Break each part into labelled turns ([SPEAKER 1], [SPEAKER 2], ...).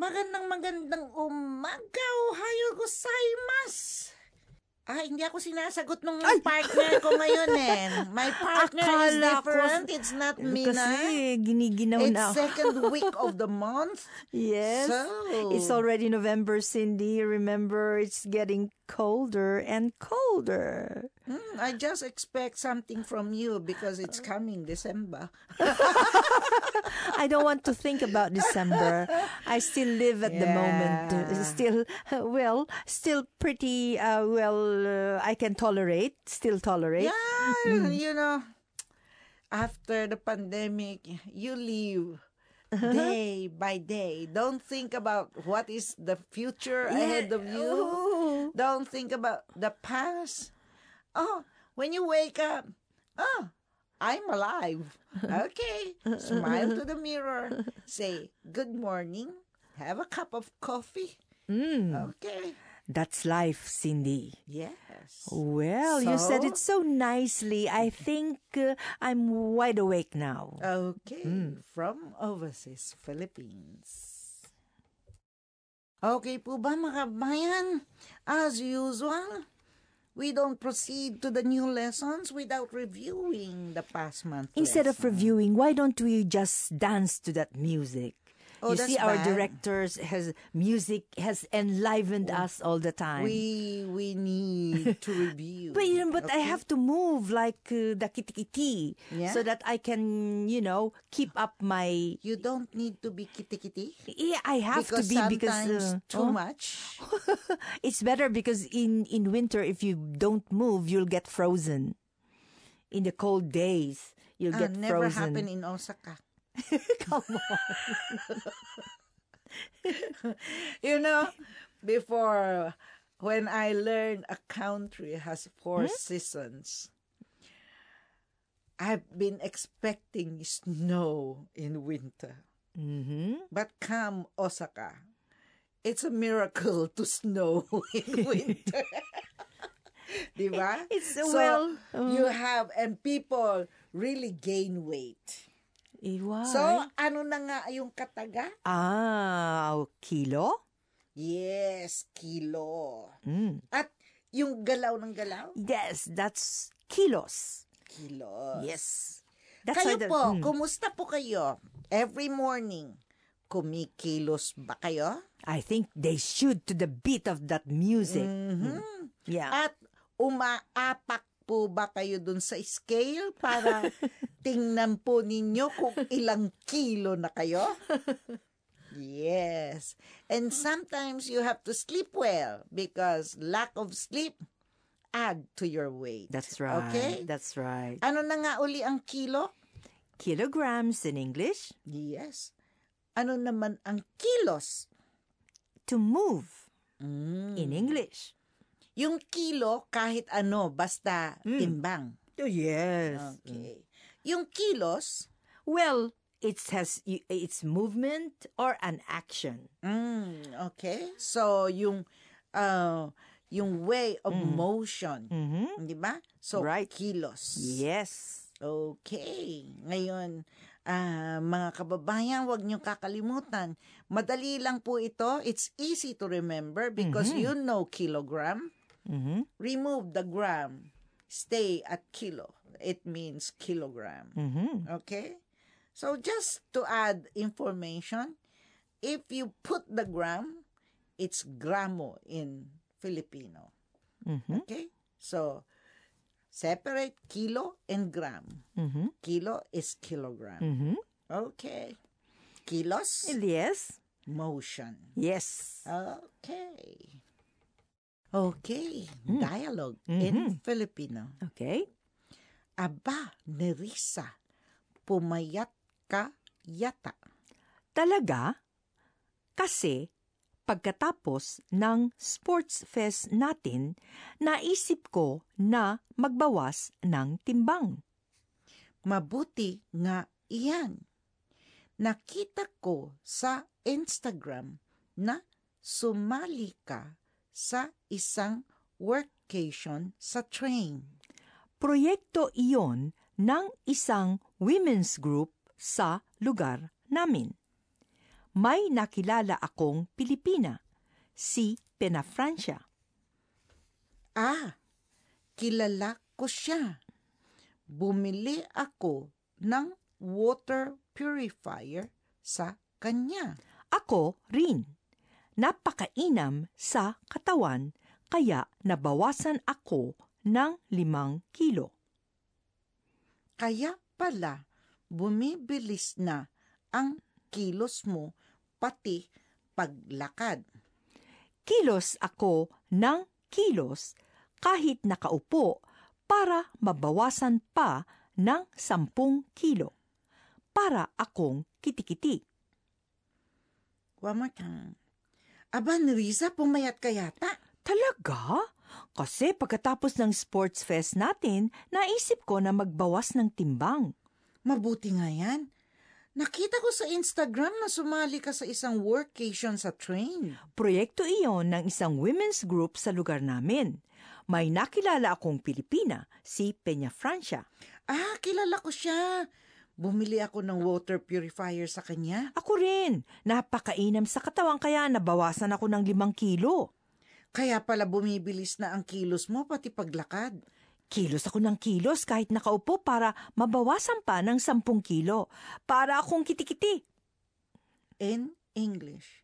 [SPEAKER 1] Magandang magandang umaga, ohayo gozaimasu! Ah, hindi ako sinasagot nung partner ko ngayon eh. My partner is
[SPEAKER 2] Akala ko-
[SPEAKER 1] different. It's not me na.
[SPEAKER 2] Kasi giniginaw
[SPEAKER 1] It's
[SPEAKER 2] na ako.
[SPEAKER 1] second week of the month.
[SPEAKER 2] Yes.
[SPEAKER 1] So-
[SPEAKER 2] It's already November, Cindy. Remember, it's getting colder and colder.
[SPEAKER 1] Hmm, I just expect something from you because it's coming December.
[SPEAKER 2] I don't want to think about December. I still live at the
[SPEAKER 1] Yeah.
[SPEAKER 2] moment. Still, well, still pretty, uh, well, uh, I can tolerate, still tolerate.
[SPEAKER 1] Yeah,
[SPEAKER 2] Mm-hmm.
[SPEAKER 1] you know, after the pandemic, you live
[SPEAKER 2] Uh-huh.
[SPEAKER 1] day by day. Don't think about what is the future ahead of
[SPEAKER 2] Oh.
[SPEAKER 1] you.
[SPEAKER 2] Ooh.
[SPEAKER 1] Don't think about the past. Oh, when you wake up, oh, I'm alive. Okay. Smile to the mirror. Say, good morning. Have a cup of coffee. Okay.
[SPEAKER 2] That's life, Cindy.
[SPEAKER 1] Yes.
[SPEAKER 2] Well, you said
[SPEAKER 1] So?
[SPEAKER 2] it so nicely. I think uh, I'm wide awake now.
[SPEAKER 1] Okay,
[SPEAKER 2] Mm.
[SPEAKER 1] from overseas Philippines. Okay po ba mga kabayan? As usual, we don't proceed to the new lessons without reviewing the past month
[SPEAKER 2] Instead of
[SPEAKER 1] lesson.
[SPEAKER 2] reviewing, why don't we just dance to that music?
[SPEAKER 1] Oh,
[SPEAKER 2] you
[SPEAKER 1] that's
[SPEAKER 2] see, our
[SPEAKER 1] bad.
[SPEAKER 2] directors has music has enlivened us all the
[SPEAKER 1] Oh,
[SPEAKER 2] time.
[SPEAKER 1] we we need to review.
[SPEAKER 2] But, you know, but
[SPEAKER 1] okay?
[SPEAKER 2] I have to move like uh, the kitikiti
[SPEAKER 1] Yeah.
[SPEAKER 2] so that I can, you know, keep up my.
[SPEAKER 1] you don't need to be kitty kitty
[SPEAKER 2] Yeah, I have
[SPEAKER 1] because
[SPEAKER 2] to be because
[SPEAKER 1] sometimes oh.
[SPEAKER 2] uh,
[SPEAKER 1] too
[SPEAKER 2] oh.
[SPEAKER 1] much.
[SPEAKER 2] it's better because in in winter if you don't move you'll get frozen. In the cold days you'll
[SPEAKER 1] Ah,
[SPEAKER 2] get
[SPEAKER 1] never
[SPEAKER 2] frozen.
[SPEAKER 1] happened in Osaka.
[SPEAKER 2] Come on.
[SPEAKER 1] You know, before when I learned a country has four
[SPEAKER 2] Hmm?
[SPEAKER 1] seasons, I've been expecting snow in winter.
[SPEAKER 2] hmm
[SPEAKER 1] But come Osaka, it's a miracle to snow in winter. Diba?
[SPEAKER 2] It's,
[SPEAKER 1] so
[SPEAKER 2] well, um,
[SPEAKER 1] you have and people really gain weight.
[SPEAKER 2] Iwa.
[SPEAKER 1] So ano na nga yung kataga?
[SPEAKER 2] ah, kilo?
[SPEAKER 1] Yes, kilo.
[SPEAKER 2] Mm.
[SPEAKER 1] At yung galaw ng galaw?
[SPEAKER 2] Yes, that's kilos.
[SPEAKER 1] Kilo.
[SPEAKER 2] Yes. That's
[SPEAKER 1] kayo
[SPEAKER 2] why the-
[SPEAKER 1] po,
[SPEAKER 2] mm.
[SPEAKER 1] kumusta po kayo? Every morning, kumikilos ba kayo?
[SPEAKER 2] I think they shoot to the beat of that music. Mm. Yeah.
[SPEAKER 1] At umaapak po ba kayo dun sa scale para tingnan po ninyo kung ilang kilo na kayo? Yes. And sometimes you have to sleep well because lack of sleep add to your weight.
[SPEAKER 2] That's right.
[SPEAKER 1] Okay?
[SPEAKER 2] That's right.
[SPEAKER 1] Ano na nga uli ang kilo?
[SPEAKER 2] Kilograms in English
[SPEAKER 1] Yes. Ano naman ang kilos?
[SPEAKER 2] to move in English.
[SPEAKER 1] Yung kilo, kahit ano, basta timbang.
[SPEAKER 2] Oh, yes.
[SPEAKER 1] Okay. Yung kilos,
[SPEAKER 2] Well, it has it's movement or an action.
[SPEAKER 1] mm, okay. So, yung, uh, yung way of motion. Di ba? So,
[SPEAKER 2] Right.
[SPEAKER 1] kilos.
[SPEAKER 2] Yes.
[SPEAKER 1] Okay. Ngayon, ah, mga kababayan, huwag niyong kakalimutan. Madali lang po ito. It's easy to remember because you know kilogram.
[SPEAKER 2] Mhm.
[SPEAKER 1] Remove the gram. Stay at kilo. It means kilogram.
[SPEAKER 2] Mhm.
[SPEAKER 1] Okay? So just to add information, if you put the gram, it's gramo in Filipino.
[SPEAKER 2] Mhm.
[SPEAKER 1] Okay? So separate kilo and gram.
[SPEAKER 2] Mhm.
[SPEAKER 1] Kilo is kilogram.
[SPEAKER 2] Mhm.
[SPEAKER 1] Okay. Kilos,
[SPEAKER 2] Yes.
[SPEAKER 1] motion.
[SPEAKER 2] Yes.
[SPEAKER 1] Okay. Okay. Dialogue in Filipino.
[SPEAKER 2] Okay.
[SPEAKER 1] Aba, Nerissa, pumayat ka yata.
[SPEAKER 2] Talaga? Kasi pagkatapos ng sports fest natin, naisip ko na magbawas ng timbang.
[SPEAKER 1] Mabuti nga iyan. Nakita ko sa Instagram na sumali ka sa isang workcation sa train.
[SPEAKER 2] Proyekto iyon ng isang women's group sa lugar namin. may nakilala akong Pilipina, si Pena Francia.
[SPEAKER 1] Ah, kilala ko siya. Bumili ako ng water purifier sa kanya.
[SPEAKER 2] Ako rin. Napakainam sa katawan kaya nabawasan ako ng limang kilo.
[SPEAKER 1] Kaya pala, bumibilis na ang kilos mo pati paglakad.
[SPEAKER 2] Kilos ako ng kilos kahit nakaupo para mabawasan pa ng sampung kilo. Para akong kitikiti.
[SPEAKER 1] One more time. Aba, Nerissa, pumayat ka yata.
[SPEAKER 2] Talaga? Kasi pagkatapos ng sports fest natin, naisip ko na magbawas ng timbang.
[SPEAKER 1] Mabuti nga yan. Nakita ko sa Instagram na sumali ka sa isang workcation sa train.
[SPEAKER 2] Proyekto iyon ng isang women's group sa lugar namin. May nakilala akong Pilipina, si Peña Francia.
[SPEAKER 1] Ah, kilala ko siya. Bumili ako ng water purifier sa kanya.
[SPEAKER 2] Ako rin, napakainam sa katawan kaya nabawasan ako ng limang kilo.
[SPEAKER 1] Kaya pala bumibilis na ang kilos mo pati paglakad.
[SPEAKER 2] Kilos ako ng kilos kahit nakaupo para mabawasan pa ng sampung kilo. Para akong kitikiti.
[SPEAKER 1] In English.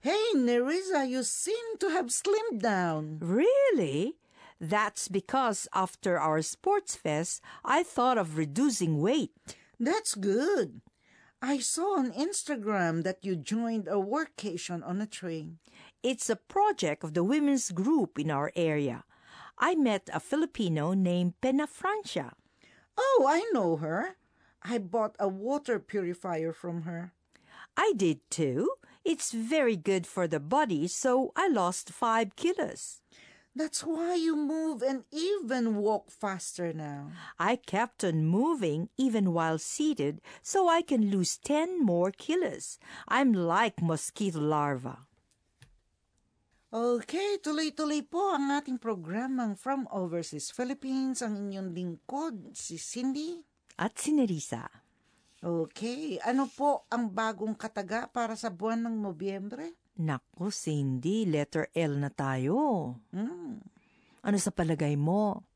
[SPEAKER 1] Hey, Nerissa, you seem to have slimmed down.
[SPEAKER 2] Really? That's because after our sports fest, I thought of reducing weight.
[SPEAKER 1] That's good. I saw on Instagram that you joined a workcation on a train.
[SPEAKER 2] It's a project of the women's group in our area. I met a Filipino named Pena Francia.
[SPEAKER 1] Oh, I know her. I bought a water purifier from her.
[SPEAKER 2] I did too. It's very good for the body, so I lost five kilos.
[SPEAKER 1] That's why you move and even walk faster now.
[SPEAKER 2] I kept on moving even while seated, so I can lose 10 more kilos. I'm like mosquito larva.
[SPEAKER 1] Okay, tuloy-tuloy po ang ating programang From Overseas Philippines. Ang inyong lingkod, si Cindy.
[SPEAKER 2] At si Nerissa.
[SPEAKER 1] Okay, ano po ang bagong kataga para sa buwan ng Nobyembre?
[SPEAKER 2] Naku, Cindy, letter L na tayo.
[SPEAKER 1] Hmm.
[SPEAKER 2] Ano sa palagay mo?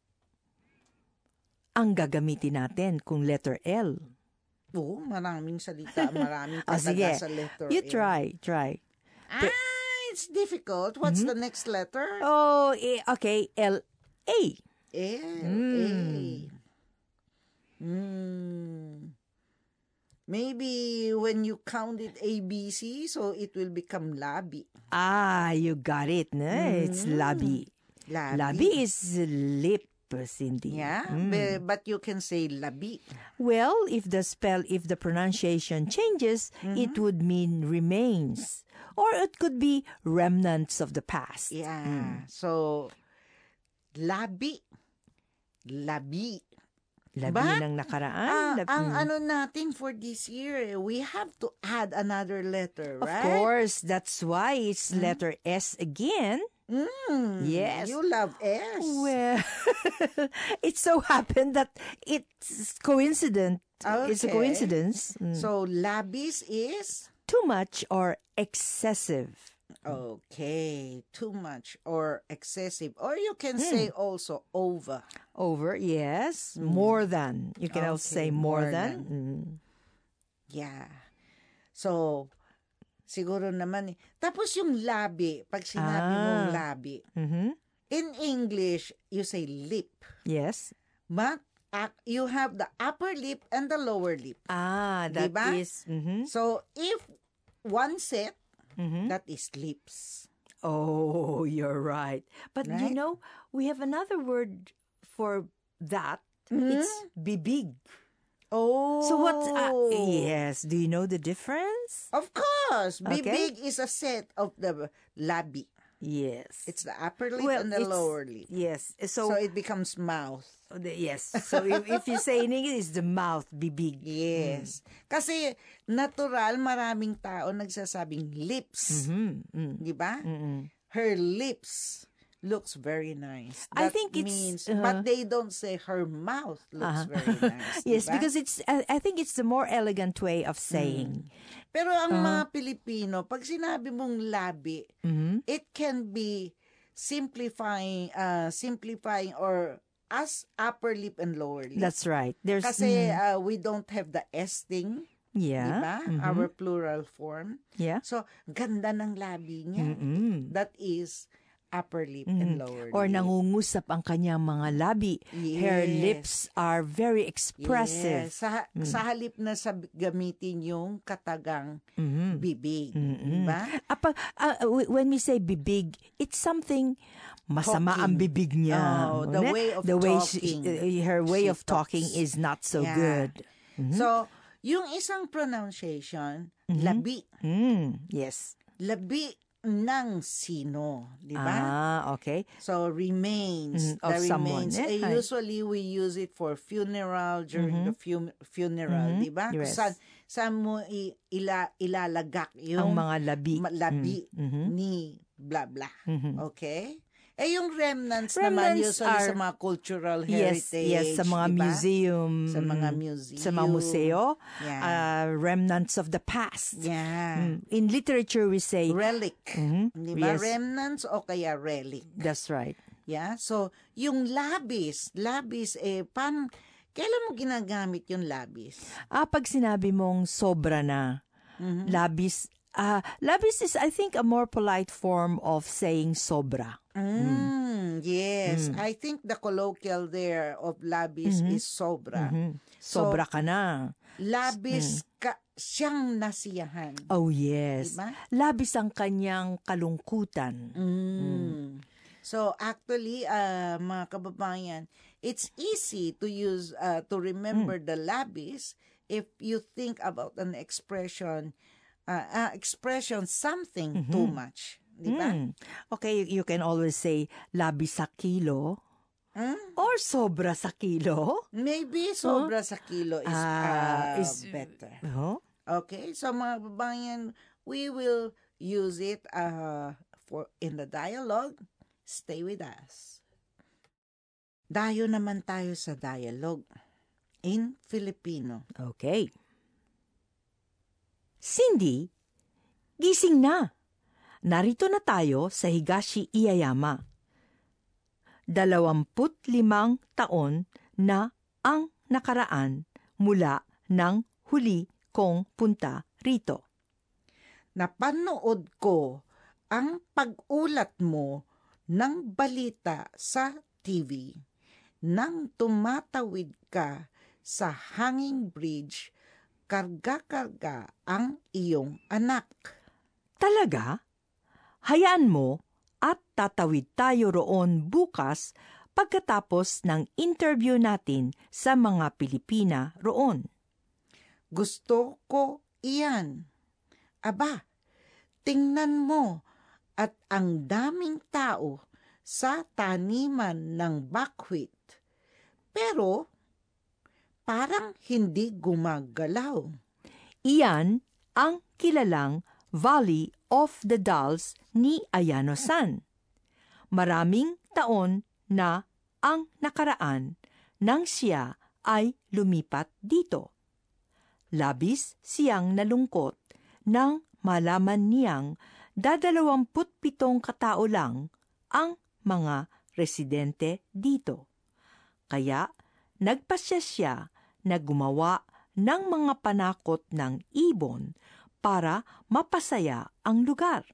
[SPEAKER 2] Ang gagamitin natin kung letter L.
[SPEAKER 1] Oo, Oh, maraming salita, maraming
[SPEAKER 2] Ah,
[SPEAKER 1] kataga
[SPEAKER 2] sige.
[SPEAKER 1] sa letter.
[SPEAKER 2] You
[SPEAKER 1] M.
[SPEAKER 2] try, try.
[SPEAKER 1] Ah, it's difficult. What's
[SPEAKER 2] Mm-hmm.
[SPEAKER 1] the next letter?
[SPEAKER 2] Oh, eh, okay, L A.
[SPEAKER 1] L,
[SPEAKER 2] Hmm.
[SPEAKER 1] A. Hmm. Maybe when you count it ABC, so it will become labi.
[SPEAKER 2] Ah, you got it. No? It's labi.
[SPEAKER 1] Mm-hmm. Labi.
[SPEAKER 2] Labi Hmm. is lip, Cindy.
[SPEAKER 1] Yeah, be- but you can say labi.
[SPEAKER 2] Well, if the spell, if the pronunciation changes, it would mean remains. Or it could be remnants of the past.
[SPEAKER 1] Yeah.
[SPEAKER 2] Hmm.
[SPEAKER 1] So, labi. Labi.
[SPEAKER 2] Labi
[SPEAKER 1] But,
[SPEAKER 2] ng nakaraan.
[SPEAKER 1] Ah,
[SPEAKER 2] labi-
[SPEAKER 1] ang ano natin for this year, eh, we have to add another letter,
[SPEAKER 2] of
[SPEAKER 1] right?
[SPEAKER 2] course, that's why it's letter S again.
[SPEAKER 1] Mm,
[SPEAKER 2] Yes.
[SPEAKER 1] You love S.
[SPEAKER 2] Well, it so happened that it's coincident. It's
[SPEAKER 1] Okay.
[SPEAKER 2] a coincidence. Mm.
[SPEAKER 1] so, labis is?
[SPEAKER 2] Too much or excessive.
[SPEAKER 1] Okay, too much or excessive. Or you can
[SPEAKER 2] Hmm.
[SPEAKER 1] say also over.
[SPEAKER 2] Over, yes. More than. You can also
[SPEAKER 1] Okay,
[SPEAKER 2] say more,
[SPEAKER 1] more
[SPEAKER 2] than. Mm.
[SPEAKER 1] Yeah. So, siguro naman. eh. Tapos yung labi, pag sinabi mong
[SPEAKER 2] Ah.
[SPEAKER 1] labi,
[SPEAKER 2] Mm. hmm
[SPEAKER 1] in English, you say lip.
[SPEAKER 2] Yes.
[SPEAKER 1] But ac- you have the upper lip and the lower lip.
[SPEAKER 2] Ah, that
[SPEAKER 1] Diba?
[SPEAKER 2] is- mhm.
[SPEAKER 1] So, if one set,
[SPEAKER 2] Mhm.
[SPEAKER 1] that is lips.
[SPEAKER 2] Oh, you're right. But
[SPEAKER 1] Right?
[SPEAKER 2] you know, we have another word for that.
[SPEAKER 1] Hmm?
[SPEAKER 2] It's bibig.
[SPEAKER 1] Oh.
[SPEAKER 2] So what? Uh, yes. Do you know the difference?
[SPEAKER 1] Of course,
[SPEAKER 2] Okay.
[SPEAKER 1] bibig is a set of the labi.
[SPEAKER 2] Yes.
[SPEAKER 1] It's the upper lip
[SPEAKER 2] Well,
[SPEAKER 1] and the
[SPEAKER 2] it's-
[SPEAKER 1] lower lip.
[SPEAKER 2] Yes.
[SPEAKER 1] So
[SPEAKER 2] So,
[SPEAKER 1] it becomes mouth.
[SPEAKER 2] the- yes. So if, if you say in English, it's the mouth bibig. Mm.
[SPEAKER 1] Yes. Kasi natural maraming tao nagsasabing lips,
[SPEAKER 2] Mm. Mm.
[SPEAKER 1] 'di ba? Her lips. looks very nice. That
[SPEAKER 2] I think it's-
[SPEAKER 1] means,
[SPEAKER 2] uh-huh.
[SPEAKER 1] but they don't say her mouth looks very nice.
[SPEAKER 2] yes,
[SPEAKER 1] diba?
[SPEAKER 2] because it's I, I think it's the more elegant way of saying.
[SPEAKER 1] Hmm. Pero ang
[SPEAKER 2] uh-huh.
[SPEAKER 1] mga Pilipino, pag sinabi mong labi,
[SPEAKER 2] Mm-hmm.
[SPEAKER 1] it can be simplifying, uh, simplifying or as upper lip and lower lip.
[SPEAKER 2] That's right. There's
[SPEAKER 1] Kasi
[SPEAKER 2] mm,
[SPEAKER 1] uh, we don't have the S thing, di
[SPEAKER 2] yeah.
[SPEAKER 1] ba?
[SPEAKER 2] mhm,
[SPEAKER 1] Our plural form.
[SPEAKER 2] yeah.
[SPEAKER 1] So, ganda ng labi niya.
[SPEAKER 2] Mm-mm. Mm-hmm.
[SPEAKER 1] That is upper lip and lower
[SPEAKER 2] Or
[SPEAKER 1] lip.
[SPEAKER 2] nangungusap ang kanyang mga labi. Her
[SPEAKER 1] Yes.
[SPEAKER 2] lips are very expressive.
[SPEAKER 1] Yes. Sa,
[SPEAKER 2] Mm.
[SPEAKER 1] sa halip na sab- gamitin yung katagang
[SPEAKER 2] Mhm.
[SPEAKER 1] bibig.
[SPEAKER 2] Mm-mm.
[SPEAKER 1] Diba?
[SPEAKER 2] Apa, ah, w- when we say bibig, it's something masama
[SPEAKER 1] Talking.
[SPEAKER 2] ang bibig niya.
[SPEAKER 1] Oh,
[SPEAKER 2] ano
[SPEAKER 1] the
[SPEAKER 2] na?
[SPEAKER 1] way of
[SPEAKER 2] the way she-
[SPEAKER 1] talking.
[SPEAKER 2] uh, her way
[SPEAKER 1] She
[SPEAKER 2] of talking
[SPEAKER 1] talks.
[SPEAKER 2] is not so
[SPEAKER 1] Yeah.
[SPEAKER 2] good. Mm-hmm.
[SPEAKER 1] So, yung isang pronunciation, labi.
[SPEAKER 2] Mm, yes.
[SPEAKER 1] Labi ng sino. Diba?
[SPEAKER 2] Ah, okay.
[SPEAKER 1] So, remains.
[SPEAKER 2] Mm, of
[SPEAKER 1] the
[SPEAKER 2] someone,
[SPEAKER 1] remains. eh,
[SPEAKER 2] eh? Ay.
[SPEAKER 1] usually, we use it for funeral, during the fu- funeral.
[SPEAKER 2] Mhm.
[SPEAKER 1] Diba?
[SPEAKER 2] Yes.
[SPEAKER 1] Saan, saan mo i- ila- ilalagak yung
[SPEAKER 2] ang mga labi.
[SPEAKER 1] ma- labi
[SPEAKER 2] Mm, mhm.
[SPEAKER 1] ni blah blah.
[SPEAKER 2] Mhm.
[SPEAKER 1] Okay? Eh yung remnants, naman
[SPEAKER 2] Remnants
[SPEAKER 1] usually sa
[SPEAKER 2] are-
[SPEAKER 1] mga cultural
[SPEAKER 2] Yes,
[SPEAKER 1] heritage.
[SPEAKER 2] yes, sa mga
[SPEAKER 1] diba?
[SPEAKER 2] museum.
[SPEAKER 1] Sa mga
[SPEAKER 2] mm,
[SPEAKER 1] museum.
[SPEAKER 2] Sa mga museo.
[SPEAKER 1] Yeah.
[SPEAKER 2] uh, remnants of the past.
[SPEAKER 1] Yeah.
[SPEAKER 2] Mm, In literature, we say,
[SPEAKER 1] Relic.
[SPEAKER 2] Mhm.
[SPEAKER 1] Diba?
[SPEAKER 2] Yes.
[SPEAKER 1] Remnants o kaya relic.
[SPEAKER 2] that's right.
[SPEAKER 1] Yeah? So, yung labis, labis, eh, pan, kailan mo ginagamit yung labis?
[SPEAKER 2] Ah, pag sinabi mong sobra na,
[SPEAKER 1] Mm-hmm. Mm.
[SPEAKER 2] labis, ah, labis is, I think, a more polite form of saying sobra.
[SPEAKER 1] Mm, yes. I think the colloquial there of labis is sobra. Ah.
[SPEAKER 2] Mm,
[SPEAKER 1] So,
[SPEAKER 2] Sobra ka na.
[SPEAKER 1] Labis ka, siyang nasiyahan.
[SPEAKER 2] Oh, yes.
[SPEAKER 1] Diba?
[SPEAKER 2] Labis ang kanyang kalungkutan.
[SPEAKER 1] Mm. So actually, uh, mga kababayan, it's easy to use uh, to remember
[SPEAKER 2] Mm.
[SPEAKER 1] the labis if you think about an expression, uh, uh, expression something too much, di ba?
[SPEAKER 2] Mm-hmm. Mm. Okay, you, you can always say labis sa kilo
[SPEAKER 1] Mm.
[SPEAKER 2] or sobra sa kilo.
[SPEAKER 1] Maybe sobra sa kilo is,
[SPEAKER 2] Ah,
[SPEAKER 1] uh,
[SPEAKER 2] is-
[SPEAKER 1] better.
[SPEAKER 2] Huh?
[SPEAKER 1] Okay, so mga kababayan, we will use it uh, for in the dialogue. Stay with us. Dayo naman tayo sa dialogue in Filipino.
[SPEAKER 2] Okay. Cindy, gising na. Narito na tayo sa Higashi Iyayama. Dalawamput limang taon na ang nakaraan mula ng huli kong punta rito.
[SPEAKER 1] Napanood ko ang pag-ulat mo ng balita sa TV nang tumatawid ka sa hanging bridge karga-karga ang iyong anak.
[SPEAKER 2] Talaga? Hayaan mo at tatawid tayo roon bukas pagkatapos ng interview natin sa mga Pilipina roon.
[SPEAKER 1] Gusto ko iyan. Aba, tingnan mo at ang daming tao sa taniman ng buckwheat. Pero parang hindi gumagalaw.
[SPEAKER 2] Iyan ang kilalang Valley of the Dolls ni Ayano-san. Maraming taon na ang nakaraan nang siya ay lumipat dito. Labis siyang nalungkot nang malaman niyang dadalawamput pitong katao lang ang mga residente dito. Kaya nagpasya siya na gumawa ng mga panakot ng ibon para mapasaya ang lugar.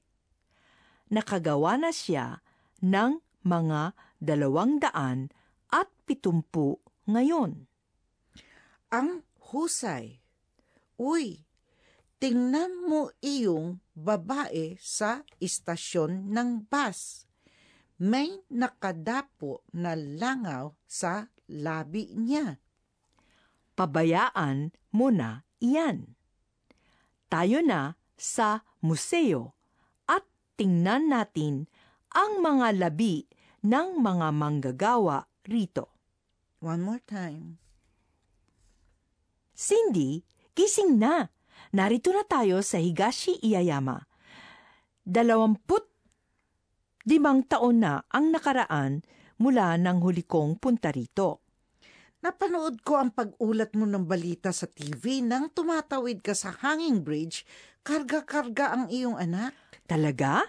[SPEAKER 2] Nakagawa na siya ng mga dalawang daan at pitumpu ngayon.
[SPEAKER 1] Ang husay. Uy, tingnan mo iyong babae sa istasyon ng bus. May nakadapo na langaw sa labi niya.
[SPEAKER 2] Pabayaan mo na iyan. Tayo na sa museo at tingnan natin ang mga labi ng mga manggagawa rito.
[SPEAKER 1] One more time.
[SPEAKER 2] Cindy, gising na. Narito na tayo sa Higashi Iyayama. Dalawamput Limang taon na ang nakaraan mula nang huli kong punta rito.
[SPEAKER 1] Napanood ko ang pag-ulat mo ng balita sa TV nang tumatawid ka sa hanging bridge, karga-karga ang iyong anak.
[SPEAKER 2] Talaga?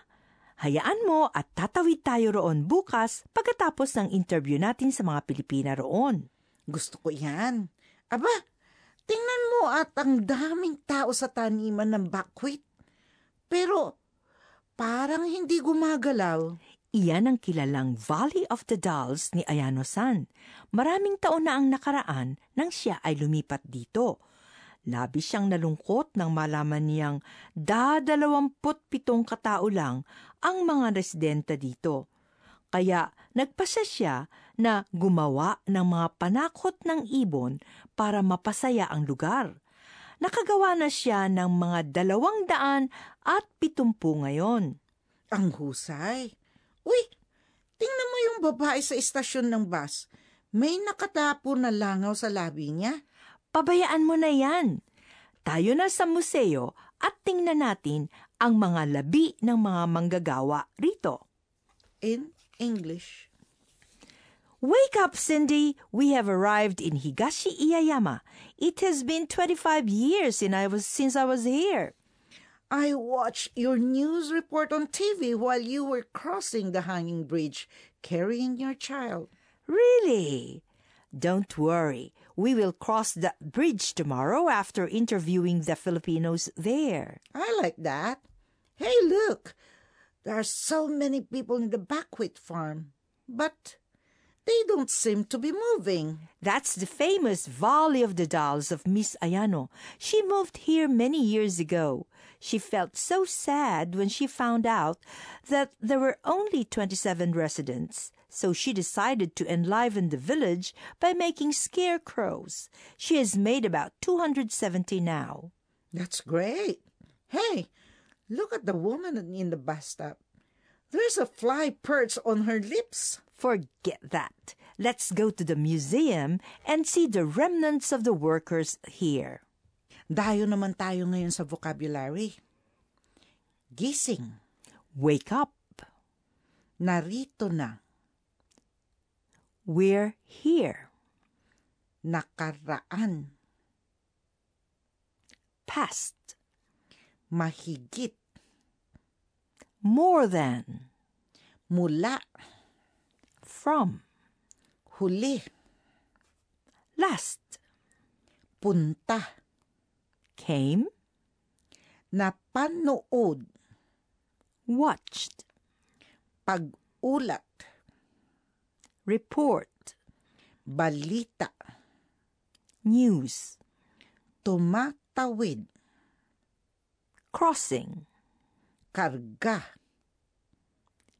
[SPEAKER 2] Hayaan mo at tatawid tayo roon bukas pagkatapos ng interview natin sa mga Pilipina roon.
[SPEAKER 1] Gusto ko yan. Aba, tingnan mo at ang daming tao sa taniman ng buckwheat. Pero parang hindi gumagalaw.
[SPEAKER 2] Iyan ang kilalang Valley of the Dolls ni Ayano-san. Maraming taon na ang nakaraan nang siya ay lumipat dito. Labis siyang nalungkot nang malaman niyang dadalawamput pitong katao lang ang mga residente dito. Kaya nagpasya siya na gumawa ng mga panakot ng ibon para mapasaya ang lugar. Nakagawa na siya ng mga dalawang daan at pitumpu ngayon.
[SPEAKER 1] Ang husay. Uy, tingnan mo yung babae sa istasyon ng bus. May nakatapo na langaw sa labi niya.
[SPEAKER 2] Pabayaan mo na yan. Tayo na sa museo at tingnan natin ang mga labi ng mga manggagawa rito.
[SPEAKER 1] In English.
[SPEAKER 2] Wake up, Cindy! We have arrived in Higashi Iyayama. It has been 25 years since I was, since I was here.
[SPEAKER 1] I watched your news report on TV while you were crossing the hanging bridge carrying your child.
[SPEAKER 2] Really? Don't worry. We will cross the bridge tomorrow after interviewing the Filipinos there.
[SPEAKER 1] I like that. Hey, look, there are so many people in the buckwheat farm, but they don't seem to be moving.
[SPEAKER 2] That's the famous Valley of the Dolls of Miss Ayano. She moved here many years ago. She felt so sad when she found out that there were only 27 residents. So she decided to enliven the village by making scarecrows. She has made about 270 now.
[SPEAKER 1] That's great. Hey, look at the woman in the bathtub. There's a fly perched on her lips.
[SPEAKER 2] Forget that. Let's go to the museum and see the remnants of the workers here.
[SPEAKER 1] Dayo naman tayo ngayon sa vocabulary. Gising.
[SPEAKER 2] Wake up.
[SPEAKER 1] Narito na.
[SPEAKER 2] We're here.
[SPEAKER 1] Nakaraan.
[SPEAKER 2] Past.
[SPEAKER 1] Mahigit.
[SPEAKER 2] More than.
[SPEAKER 1] Mula.
[SPEAKER 2] From.
[SPEAKER 1] Huli.
[SPEAKER 2] Last.
[SPEAKER 1] Punta.
[SPEAKER 2] Came.
[SPEAKER 1] Napanood.
[SPEAKER 2] Watched.
[SPEAKER 1] Pag-ulat.
[SPEAKER 2] Report.
[SPEAKER 1] Balita.
[SPEAKER 2] News.
[SPEAKER 1] Tumatawid.
[SPEAKER 2] Crossing.
[SPEAKER 1] Karga.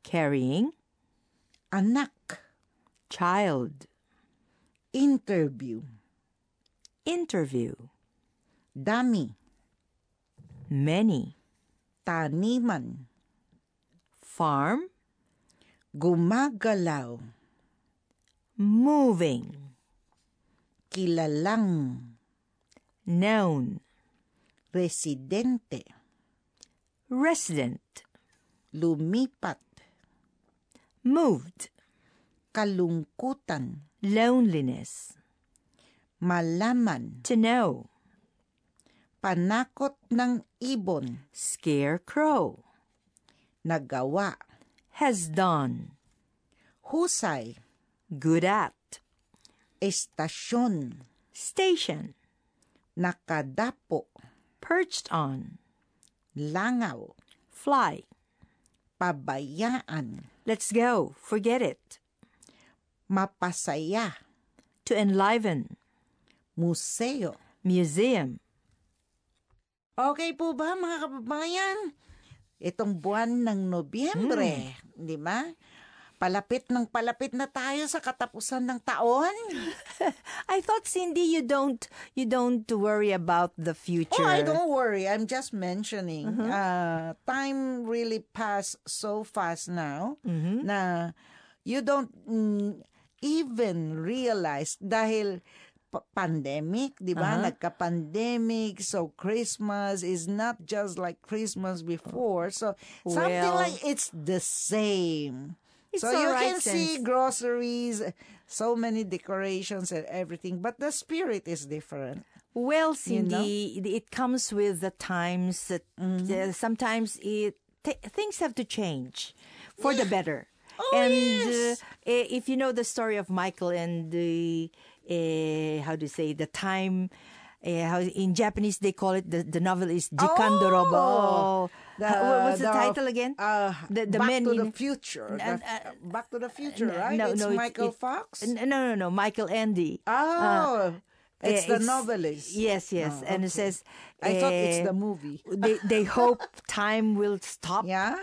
[SPEAKER 2] Carrying.
[SPEAKER 1] Anak.
[SPEAKER 2] Child.
[SPEAKER 1] Interview.
[SPEAKER 2] Interview.
[SPEAKER 1] Dami.
[SPEAKER 2] Many.
[SPEAKER 1] Taniman.
[SPEAKER 2] Farm.
[SPEAKER 1] Gumagalaw.
[SPEAKER 2] Moving.
[SPEAKER 1] Kilalang.
[SPEAKER 2] Noun.
[SPEAKER 1] Residente.
[SPEAKER 2] Resident.
[SPEAKER 1] Lumipat.
[SPEAKER 2] Moved.
[SPEAKER 1] Kalungkutan.
[SPEAKER 2] Loneliness.
[SPEAKER 1] Malaman.
[SPEAKER 2] To know.
[SPEAKER 1] Panakot ng ibon.
[SPEAKER 2] Scarecrow.
[SPEAKER 1] Nagawa.
[SPEAKER 2] Has done.
[SPEAKER 1] Husay.
[SPEAKER 2] Good at.
[SPEAKER 1] Estasyon.
[SPEAKER 2] Station.
[SPEAKER 1] Nakadapo.
[SPEAKER 2] Perched on.
[SPEAKER 1] Langaw.
[SPEAKER 2] Fly.
[SPEAKER 1] Pabayaan.
[SPEAKER 2] Let's go. Forget it.
[SPEAKER 1] Mapasaya.
[SPEAKER 2] To enliven.
[SPEAKER 1] Museo.
[SPEAKER 2] Museum.
[SPEAKER 1] Okay po ba mga kababayan? Itong buwan ng Nobyembre, di ba? Palapit ng palapit na tayo sa katapusan ng taon.
[SPEAKER 2] I thought Cindy you don't you don't worry about the future. Mm-hmm.
[SPEAKER 1] Oh, I don't worry. I'm just mentioning. Uh, time really passed so fast now
[SPEAKER 2] Mm-hmm.
[SPEAKER 1] na you don't mm, even realize dahil p- pandemic, di ba?
[SPEAKER 2] Uh-huh.
[SPEAKER 1] Nagka-pandemic. So, Christmas is not just like Christmas before. So, something
[SPEAKER 2] Well.
[SPEAKER 1] like it's the same.
[SPEAKER 2] It's
[SPEAKER 1] so, you can
[SPEAKER 2] alright
[SPEAKER 1] see
[SPEAKER 2] since-
[SPEAKER 1] groceries, so many decorations and everything. But the spirit is different.
[SPEAKER 2] Well,
[SPEAKER 1] You know? Mm-hmm.
[SPEAKER 2] Cindy, it- it comes with the times that uh, sometimes it th- things have to change for the better.
[SPEAKER 1] Oh,
[SPEAKER 2] and
[SPEAKER 1] yes.
[SPEAKER 2] uh, i- if you know the story of Michael and the uh, how do you say the time uh, how in Japanese they call it the, the novel is Jikandorobo.
[SPEAKER 1] Oh,
[SPEAKER 2] How- what was the, title again?
[SPEAKER 1] Uh,
[SPEAKER 2] The- the
[SPEAKER 1] Back
[SPEAKER 2] men
[SPEAKER 1] to the
[SPEAKER 2] in-
[SPEAKER 1] Future. The-
[SPEAKER 2] N- uh,
[SPEAKER 1] back to the Future,
[SPEAKER 2] n-
[SPEAKER 1] right?
[SPEAKER 2] no,
[SPEAKER 1] it's
[SPEAKER 2] no, it-
[SPEAKER 1] Michael
[SPEAKER 2] it-
[SPEAKER 1] Fox.
[SPEAKER 2] N- uh, no, no, no, Michael Andy.
[SPEAKER 1] oh, it's the novelist.
[SPEAKER 2] Yes, yes,
[SPEAKER 1] Oh,
[SPEAKER 2] and
[SPEAKER 1] okay.
[SPEAKER 2] it says
[SPEAKER 1] I thought it's
[SPEAKER 2] eh,
[SPEAKER 1] the movie.
[SPEAKER 2] they they hope time will stop.
[SPEAKER 1] Yeah.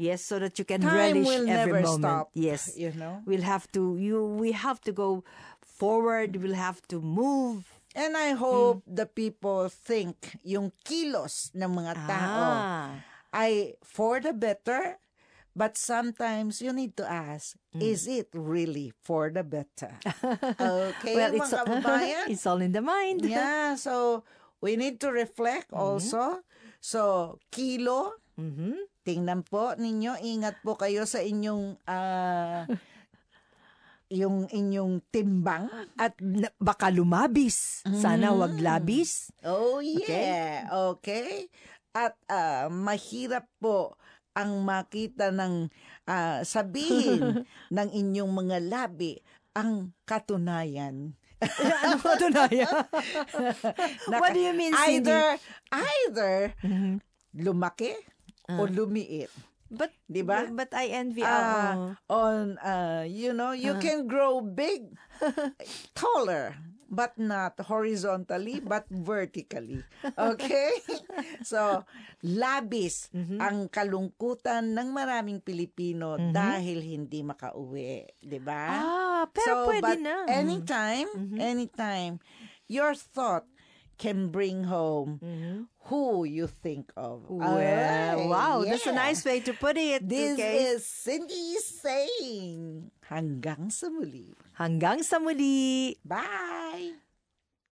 [SPEAKER 2] Yes, so that you can
[SPEAKER 1] Time
[SPEAKER 2] relish
[SPEAKER 1] will
[SPEAKER 2] every
[SPEAKER 1] never
[SPEAKER 2] moment.
[SPEAKER 1] stop.
[SPEAKER 2] Yes,
[SPEAKER 1] You know?
[SPEAKER 2] we'll have to you we have to go forward. We'll have to move.
[SPEAKER 1] And I
[SPEAKER 2] Mm.
[SPEAKER 1] hope the people think yung kilos ng mga tao
[SPEAKER 2] Ah,
[SPEAKER 1] ay for the better, but sometimes you need to ask,
[SPEAKER 2] Mm.
[SPEAKER 1] is it really for the better? Okay,
[SPEAKER 2] well,
[SPEAKER 1] Eh, mga
[SPEAKER 2] it's all,
[SPEAKER 1] kababayan?
[SPEAKER 2] it's all in the mind.
[SPEAKER 1] yeah, so we need to reflect also. So, kilo,
[SPEAKER 2] Mhm.
[SPEAKER 1] tingnan po ninyo, ingat po kayo sa inyong... ah, yung inyong timbang.
[SPEAKER 2] At na- baka lumabis. Sana wag
[SPEAKER 1] Mm.
[SPEAKER 2] labis.
[SPEAKER 1] Oh yeah, okay. At ah, mahirap po ang makita ng ah, sabihin ng inyong mga labi ang katunayan.
[SPEAKER 2] ano ba ito na yan? What do you mean, Cindy?
[SPEAKER 1] Either, either lumaki o lumiit.
[SPEAKER 2] But,
[SPEAKER 1] Di ba?
[SPEAKER 2] But I envy. oo.
[SPEAKER 1] Ah, on uh, you know you
[SPEAKER 2] Uh-huh.
[SPEAKER 1] can grow big taller but not horizontally but vertically okay so labis
[SPEAKER 2] Mm-hmm.
[SPEAKER 1] ang kalungkutan ng maraming Pilipino dahil hindi makauwi di ba
[SPEAKER 2] Ah,
[SPEAKER 1] so
[SPEAKER 2] pero pwede
[SPEAKER 1] but
[SPEAKER 2] na. Mm-hmm.
[SPEAKER 1] anytime anytime your thought can bring home who you think of
[SPEAKER 2] Mm-hmm. Well,
[SPEAKER 1] Alright,
[SPEAKER 2] wow, that's a
[SPEAKER 1] yeah.
[SPEAKER 2] nice way to put it.
[SPEAKER 1] This
[SPEAKER 2] okay?
[SPEAKER 1] is Cindy saying hanggang sa muli.
[SPEAKER 2] Hanggang sa muli.
[SPEAKER 1] Bye!